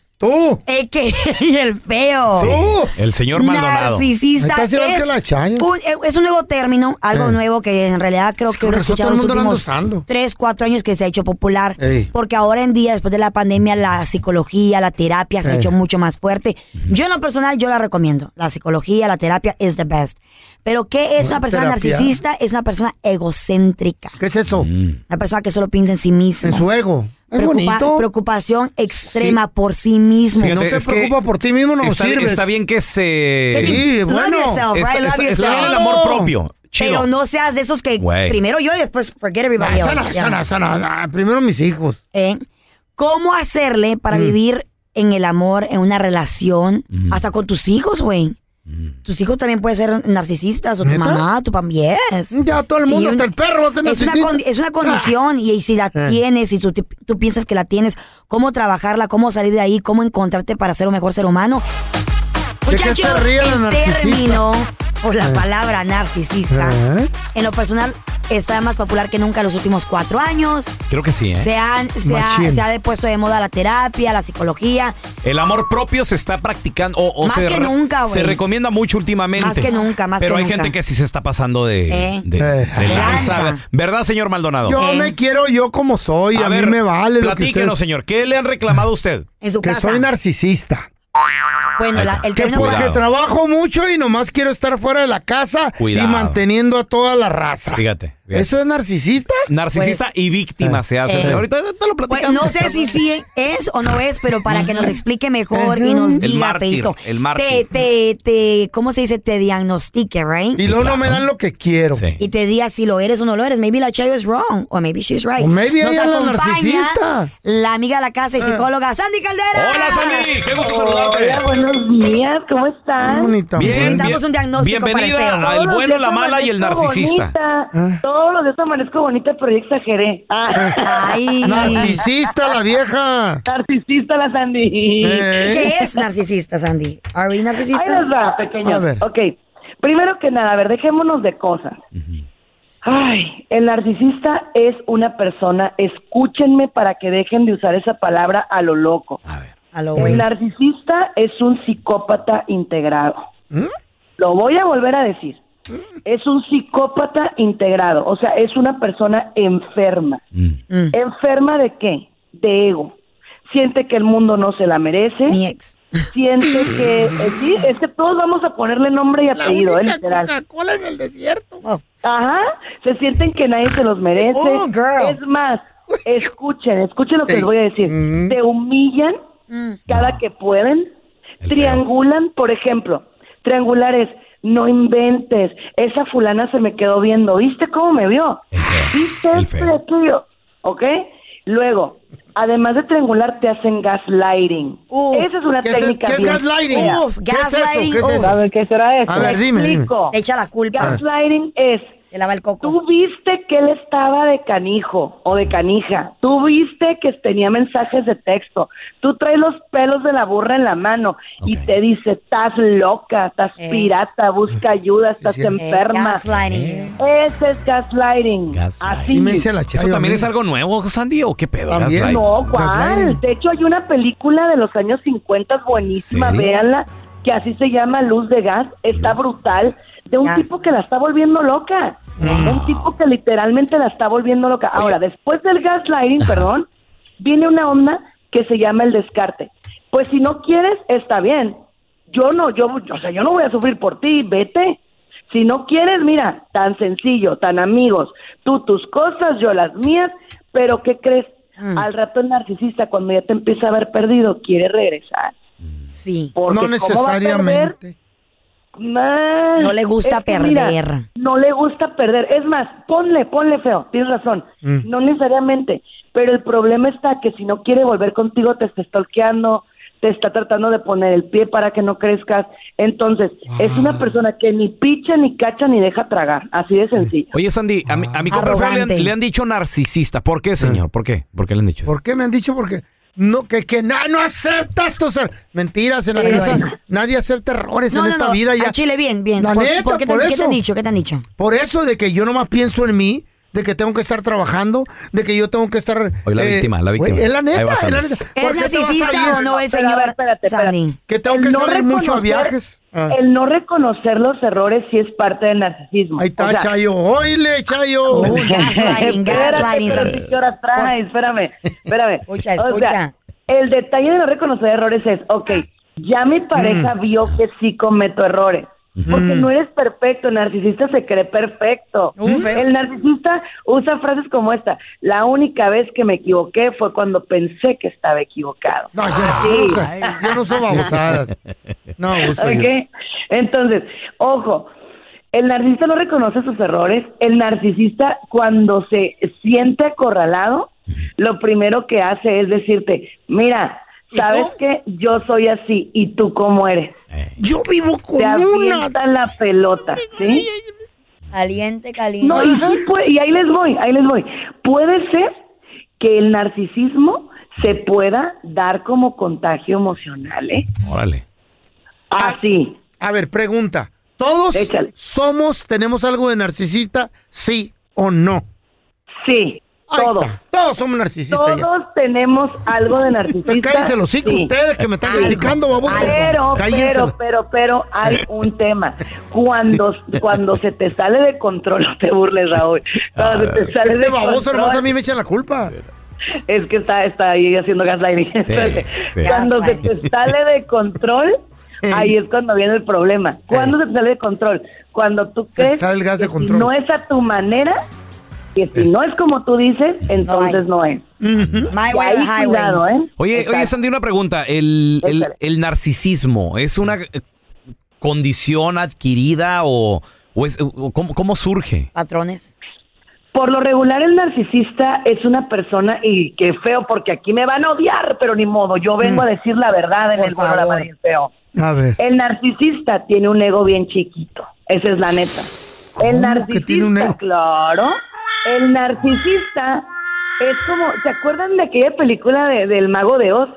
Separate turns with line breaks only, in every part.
Tú.
El que y el feo.
Oh. El señor Maldonado.
Narcisista.
Está igual que la Chayo.
un, es un nuevo término, algo
Eh.
nuevo que en realidad creo que
Con
lo he
razón
escuchado
todo
en
el mundo
los
lo anda
últimos
usando.
tres, cuatro años que se ha hecho popular.
Ey.
Porque ahora en día, después de la pandemia, la psicología, la terapia se ha
Ey.
hecho mucho más fuerte. Yo en lo personal, yo la recomiendo. La psicología, la terapia es the best. Pero ¿qué es
Buena
una persona
terapia.
narcisista? Es una persona egocéntrica.
¿Qué es eso?
Una persona que solo piensa en sí misma.
En su ego. Es
Mm. Preocupa-
bonito.
Preocupación extrema por sí mismo.
Si Pues no te
es que
preocupa por ti mismo, no
está,
sirves.
está bien que se...
Sí,
Love
bueno.
yourself, right?
Está,
Love
está- está
yourself.
bien el amor propio. Chido.
Pero no seas de esos que
Güey.
primero yo y después forget everybody
Ah,
else.
sana,
Ya.
sana, sana. Ah, Primero mis hijos.
¿Eh? ¿Cómo hacerle para
Mm.
vivir en el amor, en una relación,
Mm.
hasta con tus hijos, güey? Tus hijos también pueden ser narcisistas, o tu
¿Neta?
mamá, tu pambiés. Es
Ya todo el mundo,
Y
hasta
una-
el perro va a ser
una,
narcisista. Ah.
con- es una condición y, y si la
Eh.
tienes, y tú, te- tú piensas que la tienes, cómo trabajarla, cómo salir de ahí, cómo encontrarte para ser un mejor ser humano.
¿De qué
Muchachos,
se ríe la
el
narcisista?
término o la
Eh.
palabra narcisista,
Eh.
en lo personal, está más popular que nunca en los últimos cuatro años.
Creo que sí, ¿eh?
Se, han- se, ha,
Machín.
se ha depuesto de moda la terapia, la psicología,
El amor propio se está practicando o, o
Más
se,
que
re-
nunca, güey.
se recomienda mucho últimamente.
Más que nunca, más
Pero
que
hay
nunca.
gente que sí se está pasando de,
Eh.
de,
Eh.
de
Lanza.
lanza. ¿Verdad, señor Maldonado?
Ah, Yo
Eh.
me quiero yo como soy, a, mí me vale lo que usted...
platíquenos, señor. ¿Qué le han reclamado a usted?
en su
Que
casa.
soy narcisista.
bueno, la- el
Que
término
porque
Cuidado.
trabajo mucho y nomás quiero estar fuera de la casa
Cuidado.
y manteniendo a toda la raza.
Fíjate. fíjate.
¿Eso es narcisista?
Narcisista y víctima se hace.
Pues, eh.
Ahorita te lo
Pues,
platicamos.
no sé si sí es o no es, pero para que nos explique mejor y nos
El
diga,
mártir,
Feito,
el mártir.
Te, te, te, ¿cómo se dice? Te diagnostique, right?
Y
Y,
luego
claro.
no me dan lo que quiero.
Sí.
te diga si lo eres o no lo eres. Maybe la Chayo is wrong, o maybe she's right.
O maybe
Nos
ella es la
acompaña
narcisista. Ah.
La amiga de la casa y psicóloga, Sandy Caldera.
Hola, Sandy. Qué gusto saludarte.
buenos días, ¿cómo están?
Bonita.
Bien,
mujer.
pues, Necesitamos
bien-
un diagnóstico para el
bienvenida
feo.
a El bueno, la mala y el narcisista.
Ah.
Todos los días amanezco bonita, pero ya exageré. Ah,
Ay,
Narcisista la vieja.
narcisista la Sandy.
Eh.
¿qué es narcisista, Sandy? ¿Are we narcisistas?
Ahí les va, pequeños.
A ver.
Ok, primero que nada, a ver, dejémonos de cosas. Ay, el narcisista es una persona, escúchenme para que dejen de usar esa palabra a lo loco.
A ver.
El narcisista es un psicópata integrado.
¿Mm?
Lo voy a volver a decir. Es un psicópata integrado, o sea, es una persona enferma.
Mm.
Mm.
¿Enferma de qué? De ego. Siente que el mundo no se la merece. Mi ex. Siente que, eh, sí, es que todos vamos a ponerle nombre y apellido, eh, literal.
Coca-Cola en el desierto.
Oh.
Ajá, se sienten que nadie se los merece. es más, escuchen, escuchen lo que les voy a decir. Te humillan
Mm.
cada que pueden. Triangulan, por ejemplo, triangular es, no inventes, esa fulana se me quedó viendo, ¿viste cómo me vio? ¿Viste esto de tuyo? ¿Ok? Luego, además de triangular, te hacen gaslighting. Esa es una
¿Qué es-
técnica.
qué es
bien
gaslighting?
fea.
Uf, ¿Qué es eso? gaslighting, ¿Qué es uf. eso?
A ver, ¿qué será eso?
A ver, dime, dime.
Explico.
Te echa la culpa.
Gaslighting es. Tú viste que él estaba de canijo o de canija. Tú viste que tenía mensajes de texto. Tú traes los pelos de la burra en la mano y te dice, estás loca, estás pirata, busca ayuda, estás
sí. Eh,
enferma.
Eh.
gaslighting.
Ese es gaslighting. Así.
¿Eso también es algo nuevo, Sandy, o qué pedo? Gaslight.
No, ¿cuál? De hecho, hay una película de los años 50 buenísima,
serio?
véanla, que así se llama Luz de Gas. Está brutal. De un tipo que la está volviendo loca. Un tipo que literalmente la está volviendo loca. Ahora, después del gaslighting, perdón, viene una onda que se llama el descarte. Pues si no quieres, está bien. Yo no, yo, o sea, yo no voy a sufrir por ti, vete. Si no quieres, mira, tan sencillo, tan amigos, tú tus cosas, yo las mías, pero ¿qué crees? Al rato el narcisista, cuando ya te empieza a haber perdido, quiere regresar.
Sí.
Porque
No
¿cómo va a perder?
necesariamente.
Más.
No le gusta
Es que, mira,
perder.
no le gusta perder. Es más, ponle, ponle feo, tienes razón.
Mm.
No necesariamente. Pero el problema está que si no quiere volver contigo, te está stalkeando, te está tratando de poner el pie para que no crezcas. Entonces, es una persona que ni picha, ni cacha, ni deja tragar. Así de sencillo.
Oye, Sandy, a mi, a mi compa Alfredo le han,
Arrogante.
le han dicho narcisista. ¿Por qué, señor?
Mm.
¿Por qué? ¿Por qué le han dicho eso?
¿Por qué me han dicho? Porque no, que, que na- no aceptas tu ser. Mentiras en la
Sí,
casa.
Eh, bueno.
Nadie acepta errores
No,
en
no,
esta
no.
vida. Ya.
Al chile, bien, bien.
La
¿Por-
neta,
por qué te-
por
qué te
eso.
han dicho? ¿Qué te han dicho?
Por eso de que yo nomás pienso en mí, de que tengo que estar trabajando, de que yo tengo que estar... eh,
Hoy la víctima, la víctima.
güey, Es la
Ahí
neta,
va,
es la
Sandy.
neta.
¿Es
¿Por qué te vas a
narcisista
ir?
o no el
Pero,
señor
a ver, espérate, espérate.
Sandy?
Que tengo que
El no
salir mucho a
reconocer-
viajes. Ah.
El no reconocer los errores sí es parte del narcisismo.
Ahí está,
O sea,
Chayo. Oile, Chayo.
Espérate, espérate, ¿qué horas traes? Espérame, espérame.
Escucha,
O
escucha.
sea, el detalle de no reconocer errores es, ok, ya
Mm.
mi pareja vio que sí cometo errores. Porque
Mm.
no eres perfecto, el narcisista se cree perfecto. El narcisista usa frases como esta, la única vez que me equivoqué fue cuando pensé que estaba equivocado.
No, yo no,
Sí.
o sea, yo no soy babosada. No, pues, gusto yo.
Ok. Entonces, ojo, el narcisista no reconoce sus errores. El narcisista, cuando se siente acorralado, lo primero que hace es decirte: Mira, sabes que yo soy así y tú cómo eres.
Yo vivo con
Te
unas.
avienta la pelota, ¿sí?
Caliente, caliente.
No, y, sí puede- y ahí les voy, ahí les voy. Puede ser que el narcisismo se pueda dar como contagio emocional, ¿eh?
Órale.
Así.
A ver, pregunta. ¿Todos somos, tenemos algo de narcisista, sí o no?
Sí,
todos. Todos somos narcisistas. ya. Pues,
Todos tenemos algo de narcisista.
Cállense los hijos
sí.
ustedes que me están
Algo,
criticando, baboso.
Pero, pero,
Cállenselo.
pero, pero hay un tema. Cuando, cuando se te sale de control, no te burles, Raúl. Cuando se te sale
Este
de
baboso
control,
hermoso a mí me echa la culpa.
es que está, está ahí haciendo gaslighting. Espérate.
sí.
Cuando se te sale de control, ahí es cuando viene el problema. ¿Cuándo se te sale de control? Cuando tú
te
crees
sale el gas
que
de
si
control. Eh.
no es a tu manera, que si no es como tú dices, entonces no, es.
My
Y
way or the
ahí
highway.
cuidado, ¿eh?
Oye,
Exacto.
oye, Sandy, una pregunta. ¿El, el, el narcisismo es una eh, condición adquirida o, o es, o cómo, cómo surge?
Patrones.
Por lo regular el narcisista es una persona, y qué feo, porque aquí me van a odiar, pero ni modo, yo
Mm.
vengo a decir la verdad en el programa del feo.
A ver.
El narcisista tiene un ego bien chiquito, esa es la neta. El narcisista, claro, el narcisista es como, ¿se acuerdan de aquella película de- del mago de Oz?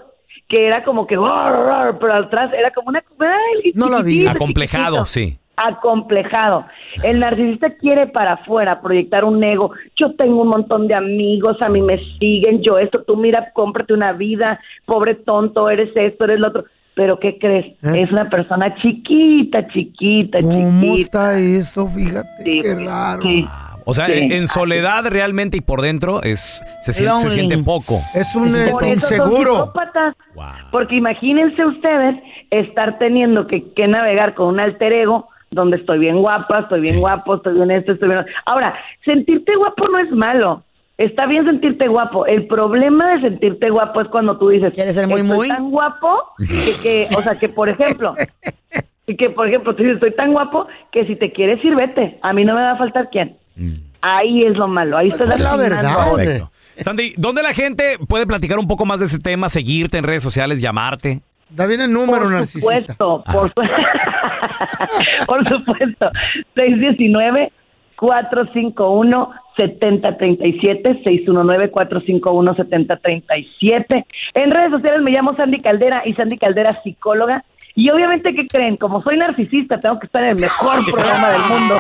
Que era como que, "Ror, ror", ¡oh, pero atrás era como una... ay,
No la vi.
chiquitito,
Acomplejado,
chiquitito.
sí.
acomplejado. El narcisista quiere para afuera proyectar un ego. Yo tengo un montón de amigos, a mí me siguen, yo esto, tú mira, cómprate una vida, pobre tonto, eres esto, eres lo otro. Pero ¿qué crees? Es una persona chiquita, chiquita,
¿Eh? ¿Cómo
chiquita.
está eso? Fíjate, qué raro.
este Sí.
O sea, en, en soledad realmente y por dentro es se, siente, se
Lonely.
siente poco.
Es eh,
Por eso son psicópatas. Porque imagínense ustedes estar teniendo que, que navegar con un alter ego donde estoy bien guapa, estoy bien guapo, estoy bien esto, estoy bien... Ahora, sentirte guapo no es malo. Está bien sentirte guapo. El problema de sentirte guapo es cuando tú dices... ¿Quieres ser muy, muy? tan guapo que, que- O sea, que por ejemplo... Y que, por ejemplo, tú dices, estoy tan guapo que si te quieres ir, vete. A mí no me va a faltar quién. Ahí Mm. Pues es lo malo. Ahí está
Perfecto. Sandy, ¿dónde la gente puede platicar un poco más de ese tema, seguirte en redes sociales, llamarte?
Da bien el número,
Por supuesto, por, su- por supuesto. 619-451-7037, 619-451-7037. En redes sociales me llamo Sandy Caldera y Sandy Caldera psicóloga. Y obviamente, ¿qué creen? Como soy narcisista, tengo que estar en el mejor programa del mundo.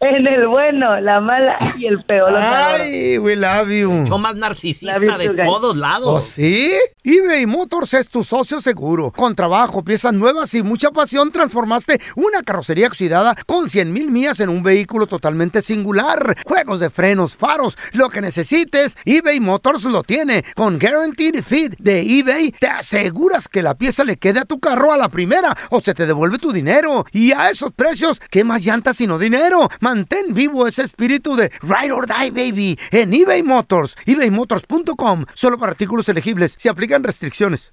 En el bueno, la mala y el feo. Los adoro.
Ay, we love
Mm.
you.
Yo más narcisista
Love you de too, guys. todos
lados.
¿Oh, sí? eBay Motors es tu socio seguro. Con trabajo, piezas nuevas y mucha pasión, transformaste una carrocería oxidada con 100 mil millas en un vehículo totalmente singular. Juegos de frenos, faros, lo que necesites, eBay Motors lo tiene. Con Guaranteed Fit de eBay, te aseguras que la pieza le quede a tu carro a la primera o se te devuelve tu dinero. Y a esos precios, ¿qué más llantas sino dinero? Mantén vivo ese espíritu de Ride or Die, baby, en eBay Motors. ebaymotors.com. Solo para artículos elegibles. Se aplican restricciones.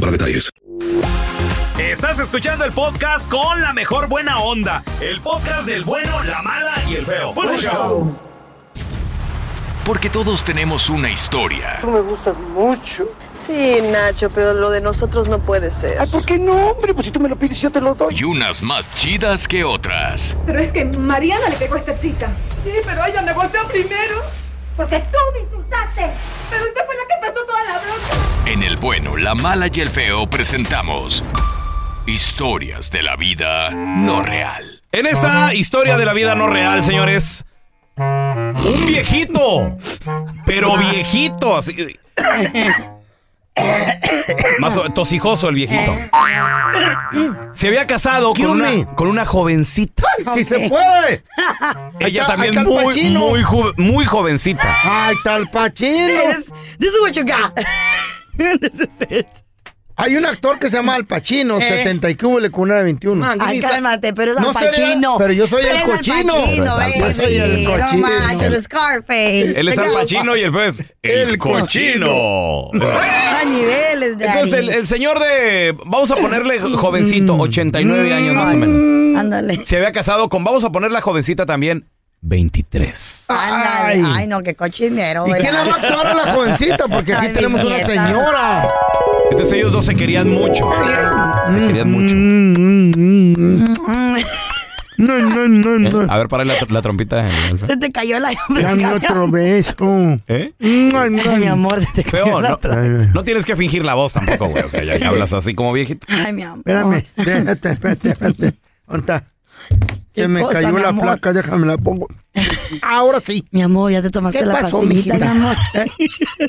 para detalles.
Estás escuchando el podcast con la mejor buena onda. El podcast del bueno, la mala y el feo. Bueno, show.
Porque todos tenemos una historia.
Tú me gustas mucho. Sí, Nacho, pero lo de nosotros no puede ser. Ay, ¿por qué no, hombre? Pues si tú me lo pides, yo te lo doy.
Y unas más chidas que otras.
Pero es que Mariana le pegó esta cita. Sí, pero ella me golpeó primero. Porque tú me insultaste. Pero usted fue la que pasó toda la bronca.
En el bueno, la mala y el feo presentamos historias de la vida no real.
En esta historia de la vida no real, señores, un viejito, pero viejito, así, más o- tosijoso el viejito, se había casado con una, con una jovencita.
¡Sí se puede!
Ella
está-
también
ahí está el
muy,
Pacino.
muy, ju- muy jovencita.
¡Ay, tal Pachino! This is what you got. Hay un actor que se llama Al Pacino,
Eh.
70 y que hubo le con una de 21.
Ay, cálmate, pero es
No
Al
seré-
Pacino.
pero yo soy
Pero
el
es Al
cochino.
Pacino,
Pero es Al
baby.
Pacino.
No manches, Scarface.
Él es Al Pacino y el feo es el cochino.
A niveles de
Entonces, el, el señor de. Vamos a ponerle
Mm.
jovencito, 89 años más o menos.
Ándale.
Se había casado con. Vamos a ponerle la jovencita también, 23.
Ándale. Ay. no, qué cochinero.
¿Y quién la va a actuar a la jovencita? Porque aquí tenemos una señora.
Entonces, ellos dos se querían mucho. Se querían mucho.
Mm. No, no, no,
¿Eh? A ver, para la, la trompita. Alfredo.
Se te cayó la...
Dame otro beso.
¿Eh?
Ay,
mi amor, se te cayó
Feo,
la...
no, no tienes que fingir la voz tampoco, güey. O sea, ya, ya hablas así como viejito.
Ay, mi amor.
Espérame, espérate, espérate, espérate. ¿Dónde está?
¿Qué
Se me
cosa,
cayó
mi
la
amor?
placa, déjame la pongo. Ahora sí.
Mi amor, ya te tomaste
¿Qué
la
pasó,
pastillita, mi
mijita?
amor.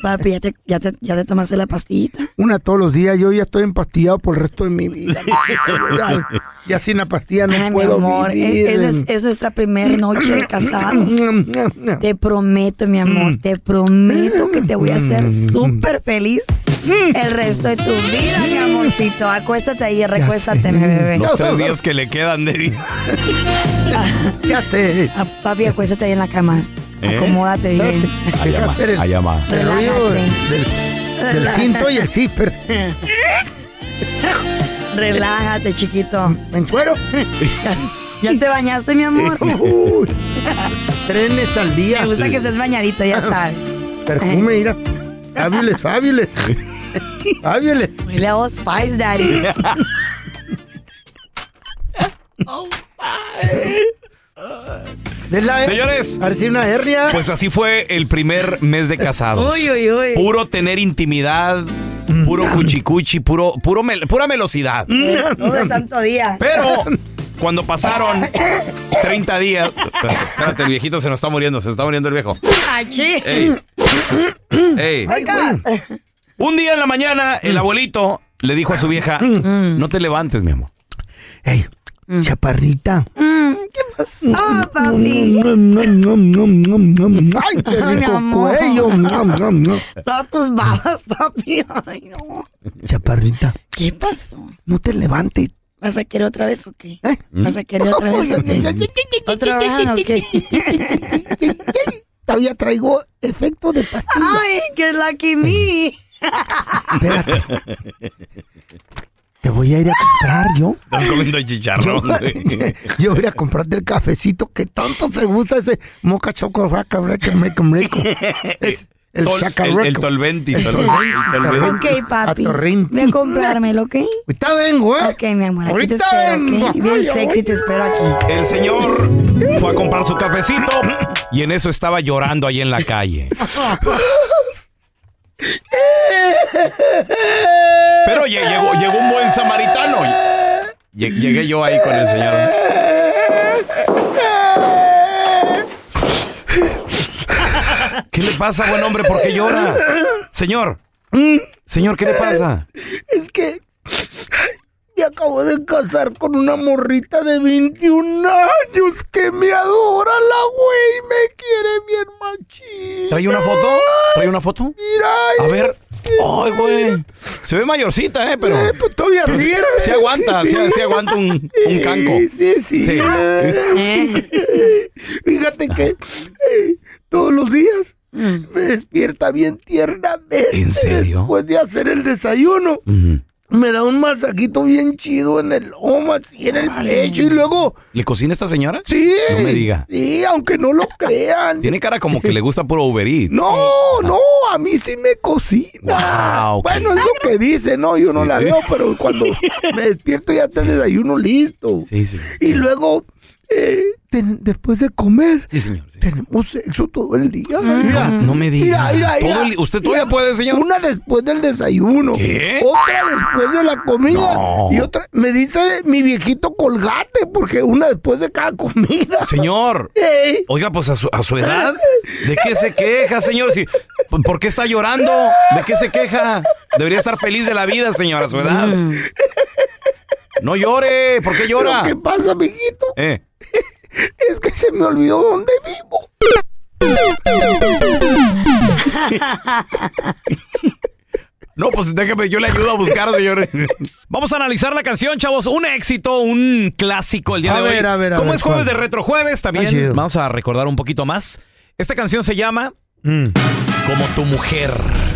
Papi, ya te, ya, te, ya te tomaste la pastillita.
Una todos los días, yo ya estoy empastillado por el resto de mi vida. Ya, ya sin la pastilla no
Ay, Ah, mi
puedo
amor, e,
vivir. Mm.
es, es- es nuestra primera noche de casados. Te prometo, mi amor, te prometo que te voy a hacer
Mm.
súper feliz el resto de tu vida, mi amorcito. Acuéstate ahí, recuéstate, mi bebé.
Los tres días que le quedan de vida.
ya sé.
Ah, papi, acuéstate ahí en la cama.
¿Eh?
Acomódate bien.
Hay que hacer el- Hay llamada.
el ruido del, del
Relájate.
cinto y el zipper.
Relájate, chiquito.
¿En cuero? Mm.
¿Ya te bañaste, mi amor?
Uy, tres veces al día.
Me gusta que estés bañadito, ya sabes.
Perfume, mira. Hábiles, hábiles. Hábiles.
Huele a Old Spice, daddy.
De la-
Señores.
A ver si una hernia.
Pues así fue el primer mes de casados.
Uy, uy, uy. Mm.
Puro tener intimidad, puro cuchicuchi, puro, puro mel- pura velocidad.
Todo el santo día.
Pero cuando pasaron 30 días. Espérate, el viejito se nos está muriendo, se está muriendo el viejo.
Achí.
Ey. Ey.
Ay, güey.
Un día en la mañana, el abuelito le dijo a su vieja: No te levantes, mi amor.
Chaparrita.
Mm, ¿Qué pasó, papi?
Ay, qué
Ay, mi
rico
amor.
cuello. Nom, nom, nom.
Todas tus babas, papi. Ay, no.
Chaparrita,
¿Qué pasó?
no te levantes.
¿Vas a querer otra vez o qué?
¿Mm?
¿Vas a querer otra vez o qué? ¿Otra vez o qué?
Todavía traigo efecto de pastilla.
Ay, que lucky me.
Espérate, te voy a ir a comprar yo.
Estás comiendo chicharrón. güey.
Yo voy a ir a comprarte el cafecito que tanto se gusta ese moca choco raca, raca, raca, raca. Es el
Tol-
chacarreco.
el- el tolventi,
El
tol- el tolventi.
tolventi.
Ok, papi.
Atorrín.
Ve a comprármelo, ¿ok?
Ahorita vengo, ¿eh?
Ok, mi amor, aquí te
Ahorita
espero,
vengo.
¿ok? Bien
Ay,
sexy, te espero aquí.
El señor fue a comprar su cafecito y en eso estaba llorando ahí en la calle. Pero lle- llegó, llegó un buen samaritano. Lle- Llegué yo ahí con el señor. ¿Qué le pasa, buen hombre? ¿Por qué llora? Señor, señor, ¿qué le pasa?
Es que me acabo de casar con una morrita de 21 años que me adora la güey, me quiere bien machín.
¿Trae una foto? ¿Trae una foto?
Mira,
A ver. Ay, güey. Se ve mayorcita, ¿eh? Pero.
eh, pues todavía sirve.
Se aguanta, se, aguanta un, un canco.
Sí, sí.
Sí.
Fíjate que eh, todos los días me despierta bien tiernamente.
¿En serio?
Después de hacer el desayuno. Me da un masajito bien chido en el lomo, así en el pecho, y luego
¿Le cocina esta señora?
Sí.
No me diga.
Sí, aunque no lo crean.
Tiene cara como que le gusta puro Uber Eats.
No, no, a mí sí me cocina.
Wow, qué
Bueno, es lo que dice, ¿no? Yo no la veo, pero cuando me despierto ya está el desayuno listo.
Sí, sí.
Y luego, eh, ten- después de comer,
Sí, señor. sí.
tenemos sexo todo el día.
No,
Mira,
no me diga.
mira, mira,
Todo
mira.
el- ¿Usted todavía
Mira,
puede, señor?
Una después del desayuno.
¿Qué?
Otra después de la comida.
No.
Y otra, me dice mi viejito colgate, porque una después de cada comida.
Señor.
Ey.
Oiga, pues a su, a su edad, ¿de qué se queja, señor? Si- ¿Por qué está llorando? ¿De qué se queja? Debería estar feliz de la vida, señor, a su edad.
Mm.
No llore, ¿por qué
Lo
llora?
que pasa, mijito,
Eh,
es que se me olvidó dónde vivo.
No, pues déjeme, yo le ayudo a buscar, señores. Vamos a analizar la canción, chavos. Un éxito, un clásico el día
A
de hoy.
ver, a ver, a
Como
ver,
es jueves
¿cuál?
de retrojueves, también
Ah, chido.
vamos a recordar un poquito más. Esta canción se llama
Mm.
Como tu mujer,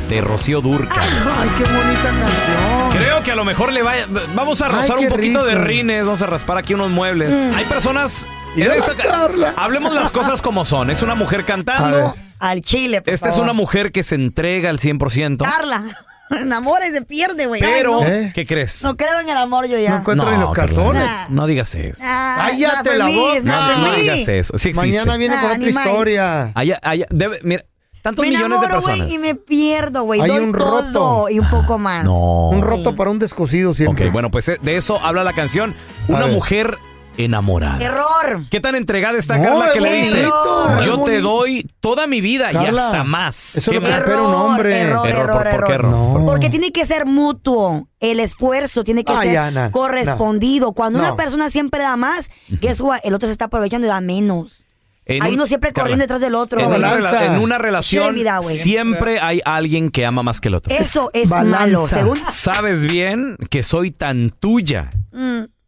de Rocío Durca.
Ay, qué bonita canción.
Creo que a lo mejor le vaya. Vamos a
Ay,
rozar
qué
un poquito de
rico. Mm.
rines, vamos a raspar aquí unos muebles. Hay personas.
Y
en
luego
esta ca-
Carla.
hablemos las cosas como son. Es una mujer cantando.
Al chile, por
Esta es
favor.
una mujer que se entrega al 100%.
Carla, enamora y se pierde, güey. Ay,
Pero, pues,
no.
¿Eh?
¿qué crees?
No creo en el amor yo ya.
No encuentro ni los
Carla,
calzones.
No digas eso.
Ah,
Cállate
not for
la
me,
boca.
it's not
No,
for
no
me.
digas eso. Sí existe. Ah,
Mañana viene
Ah,
con otra
animales.
historia.
Allá, allá, debe- mira, tantos
Me
millones de
enamoro,
personas.
güey, y me pierdo, güey.
Hay
Doy
un
todo
roto.
y un poco más.
No.
Un roto para un descosido siempre.
Ok, bueno, pues eh, de eso habla la canción.
A
Una
ver.
mujer enamorada.
Error.
¿Qué tan entregada está
No,
Carla que
es
le
bonito,
dice?
es
Yo te
bonito".
doy toda mi vida y
Carla,
hasta más.
eso es lo
¿Qué
que
más?
espera un hombre. Error, error,
¿por- ¿por qué
error.
error?
Porque tiene que ser mutuo. El esfuerzo tiene que
Ay,
ser
Ana, no.
correspondido. Cuando
No.
una persona siempre da más, guess what? el otro se está aprovechando y da menos.
En
Hay
un-
uno siempre
Carla,
corriendo detrás del otro.
En una,
Balanza.
rela- en una
Shouldn't
relación
be that way.
siempre hay alguien que ama más que el otro.
Eso es
Balanza.
malo. Según.
Sabes bien que soy tan tuya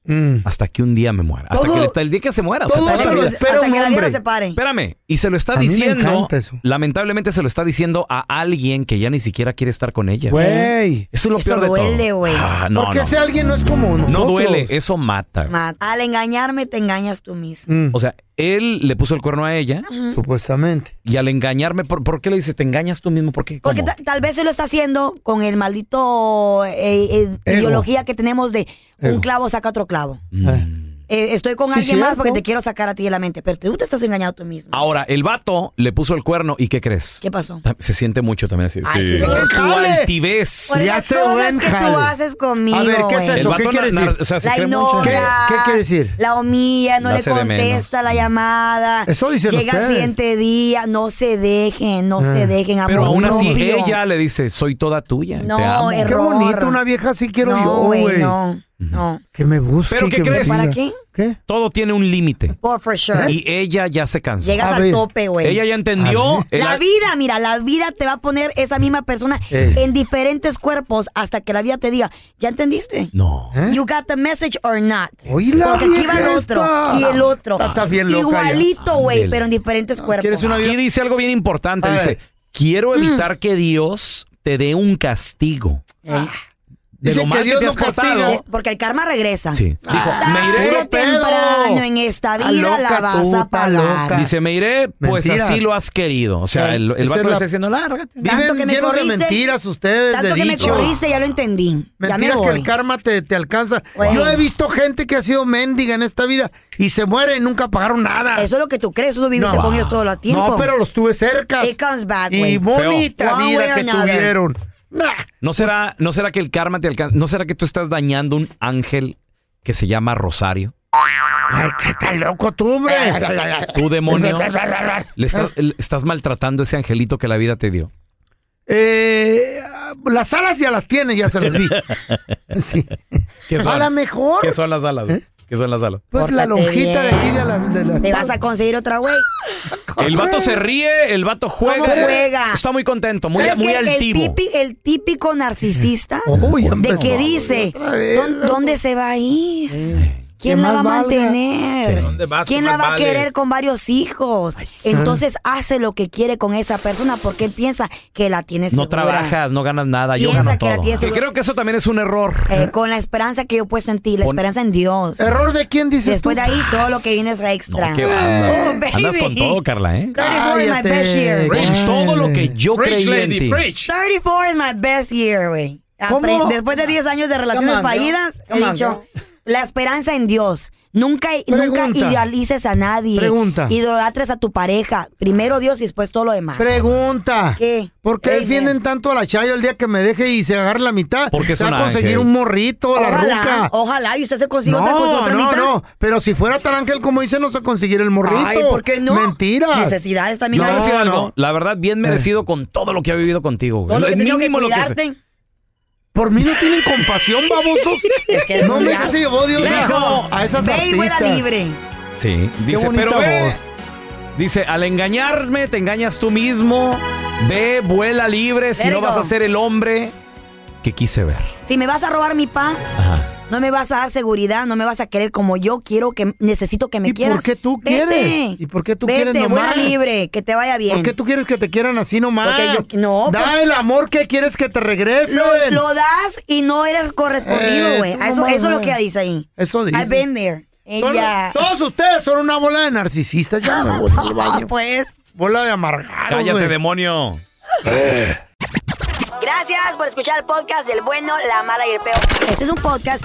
Mm.
hasta que un día me muera. Hasta,
Todo-
que, hasta el día que se muera. o sea,
Todo
hasta
se
que-
lo espera Hasta un que la vida hombre. se pare.
Espérame. Y se lo está
A mí me
diciendo.
encanta
Lamentablemente se lo está diciendo a alguien que ya ni siquiera quiere estar con ella.
Güey.
Eso es lo peor de todo. Ah, no,
Porque
no.
ese alguien no es como nosotros.
No duele, eh. eso mata. güey.
Mat- Al engañarme te engañas tú mismo.
Mm,
O sea, él le puso el cuerno a ella.
Ujú.
Supuestamente.
Y al engañarme, ¿por, por qué le dice te engañas tú mismo? ¿Por qué? ¿Cómo?
Porque ta- tal vez se lo está haciendo con el maldito eh, eh,
Ego.
ideología que tenemos de un
Ego.
clavo saca otro clavo.
Mm.
Eh, estoy con
Sí,
alguien más porque
cierto.
te quiero sacar a ti de la mente, pero tú te estás engañado tú mismo.
Ah,
Ahora, el vato le puso el cuerno y ¿qué crees?
¿Qué
pues,
pasó?
Ta- Se siente mucho también así.
Ay,
Sí.
sí, señor.
Tu
¡Jale!
altivez.
Por las cosas que tú haces conmigo.
A ver, ¿qué es
güey.
eso?
El
¿Qué
vato
quiere
na-
decir?
na- o sea, se
La
cree mucho.
ignora.
¿Qué, qué quiere decir?
La humilla, no
La
le
hace de Mm.
contesta la llamada.
Eso dicen
Llega
ustedes. Ah.
el siguiente día, no se dejen, no se dejen, amor.
Pero aún así,
propio.
ella le dice, soy toda tuya.
No,
te amo.
error.
Qué bonito, una vieja así quiero
No,
yo,
güey,
güey.
no, no.
Que me busque.
Pero ¿qué
que me
crees?
diga.
¿Para qué? Todo tiene un límite.
Por for sure.
Y ella ya se cansó.
Llegas
A
al
ver.
tope, güey.
Ella ya eh, entendió. el-
¿Ah, La vida, mira, la vida te va a poner esa misma persona
Eh.
Ey.
en diferentes cuerpos hasta que la vida te diga, ¿ya entendiste?
No.
¿Eh?
You got the message or not.
Oíla,
Porque aquí va el
vieja
otro
esta. Ah,
y el otro.
Está- está bien loca Ah,
Igualito,
ya.
güey,
Ándele.
pero en diferentes cuerpos.
Aquí dice algo bien importante.
A
dice,
ver. Mm.
quiero evitar que Dios te dé un castigo.
Ah.
De lo mal que, te has portado.
De- Eh, Porque el karma regresa.
Sí. Dijo, me
Tarde
iré.
o temprano en
Está
esta vida la
Ah, loca
vas
tú,
a
está
pagar.
loca.
Dice, me iré, pues
Mentiras.
así lo has querido. O sea,
Ey,
el, el
esa
vato
es
le
la-
está diciendo, lárgate.
Viven llenos de mentiras ustedes,
Tanto
de
que
dichos.
me corriste, ya lo entendí. Ya me
Mentiras que
voy.
el karma te, te alcanza.
Güey.
Yo he visto gente que ha sido mendiga en esta vida y se muere y nunca pagaron nada.
Eso es lo que tú crees, tú viviste
No.
con ellos todo el tiempo.
No, pero los tuve cerca.
It comes back, güey.
Y bonita
One way
vida
or
que
another.
tuvieron.
¿No será, ¿No será que el karma te alcanza? ¿No será que tú estás dañando un ángel que se llama Rosario?
Ay, qué tan loco tú, hombre.
Tu demonio. Le
Eh.
estás, le estás maltratando ese angelito que la vida te dio.
Eh, las alas ya las tiene, ya se las vi. Sí.
¿Qué son?
A lo mejor.
¿Qué son las alas?
¿Eh?
¿Qué son las alas?
Pues la lonjita de aquí de la, de la-
Te vas a conseguir otra, güey.
El vato se ríe, el vato juega.
¿Cómo juega?
Está muy contento, muy,
¿Sabes
muy
qué?
altivo.
El, típi- el típico narcisista de
empezó,
que
güey,
dice,
otra vez.
"¿Dó- ¿dónde se va a ir?
Que
¿Quién la va a
más valga.
mantener?
Sí. ¿Dónde vas?
¿Quién
¿Qué
la
más
va a
vales?
querer con varios hijos? Entonces hace lo que quiere con esa persona porque él piensa que la tiene segura.
No trabajas, no ganas nada, yo
Piensa
gano
que la
todo.
tienes
Que
segura.
creo que eso también es un error.
Eh, con la esperanza que yo he puesto en ti, la esperanza en Dios.
¿Error de quién dices
Después
tú?
de ahí todo lo que viene es extra.
No, ¿qué va? andas,
Oh, baby.
andas con todo, Carla, ¿eh?
34 is my best year.
Con todo lo que yo creí en ti.
34 is my best year, güey. Apre-
¿Cómo?
Después de 10 años de relaciones
Come on,
fallidas,
girl.
he
Come on,
dicho, la esperanza en Dios. Nunca, nunca
Pregunta.
idealices a nadie.
Pregunta.
Idolatres a tu pareja. Primero Dios y después todo lo demás.
Pregunta.
¿Qué?
¿Por qué defienden tanto a la Chayo el día que me deje y se agarre la mitad?
Porque es
se va
un
a conseguir
ángel.
un morrito, la
Ojalá,
ruca.
ojalá, y usted se consiguió otra cosa,
No,
otra
no,
mitad.
no. Pero si fuera tan ángel como dice, no se conseguiría el morrito.
Ay, ¿por qué no?
Mentira.
Necesidades
Yo
también.
te voy a
hay.
decir algo. La verdad, bien merecido con todo lo que ha vivido contigo. güey.
Todo Eh. lo que
Es
tengo que
mínimo lo que se-
cuidarte.
Por mí no tienen compasión, babosos.
Es que
no, hombre,
ya-
que se llevó Dios
Lejos.
a esas
Ve y vuela
artistas.
libre.
Sí, dice,
bonita
pero ve".
voz.
Dice, al engañarme te engañas tú mismo. Ve, vuela libre, si
There
no
you
vas
go.
a ser el hombre que quise ver.
Si me vas a robar mi paz, no me vas a dar seguridad, no me vas a querer como yo quiero que necesito que me
¿Y
quieras.
por qué tú
Vete.
quieres? ¿Y por qué tú
Vete,
quieres
vuela
nomás?
libre, que te vaya bien.
¿Por qué tú quieres que te quieran así nomás?
Porque yo- no,
Da
porque-
el amor que quieres que te regresen.
lo, lo das y no eres correspondido,
Eh,
güey.
tú
eso,
nomás,
eso es lo que
güey.
dice ahí.
Eso dice.
I've been there.
Son-
Ella.
Todos ustedes son una bola de narcisistas. Ya me voy al baño.
pues.
Bola de amargados.
Cállate,
güey.
demonio.
Gracias por escuchar el podcast del bueno, la mala y el peor. Este es un podcast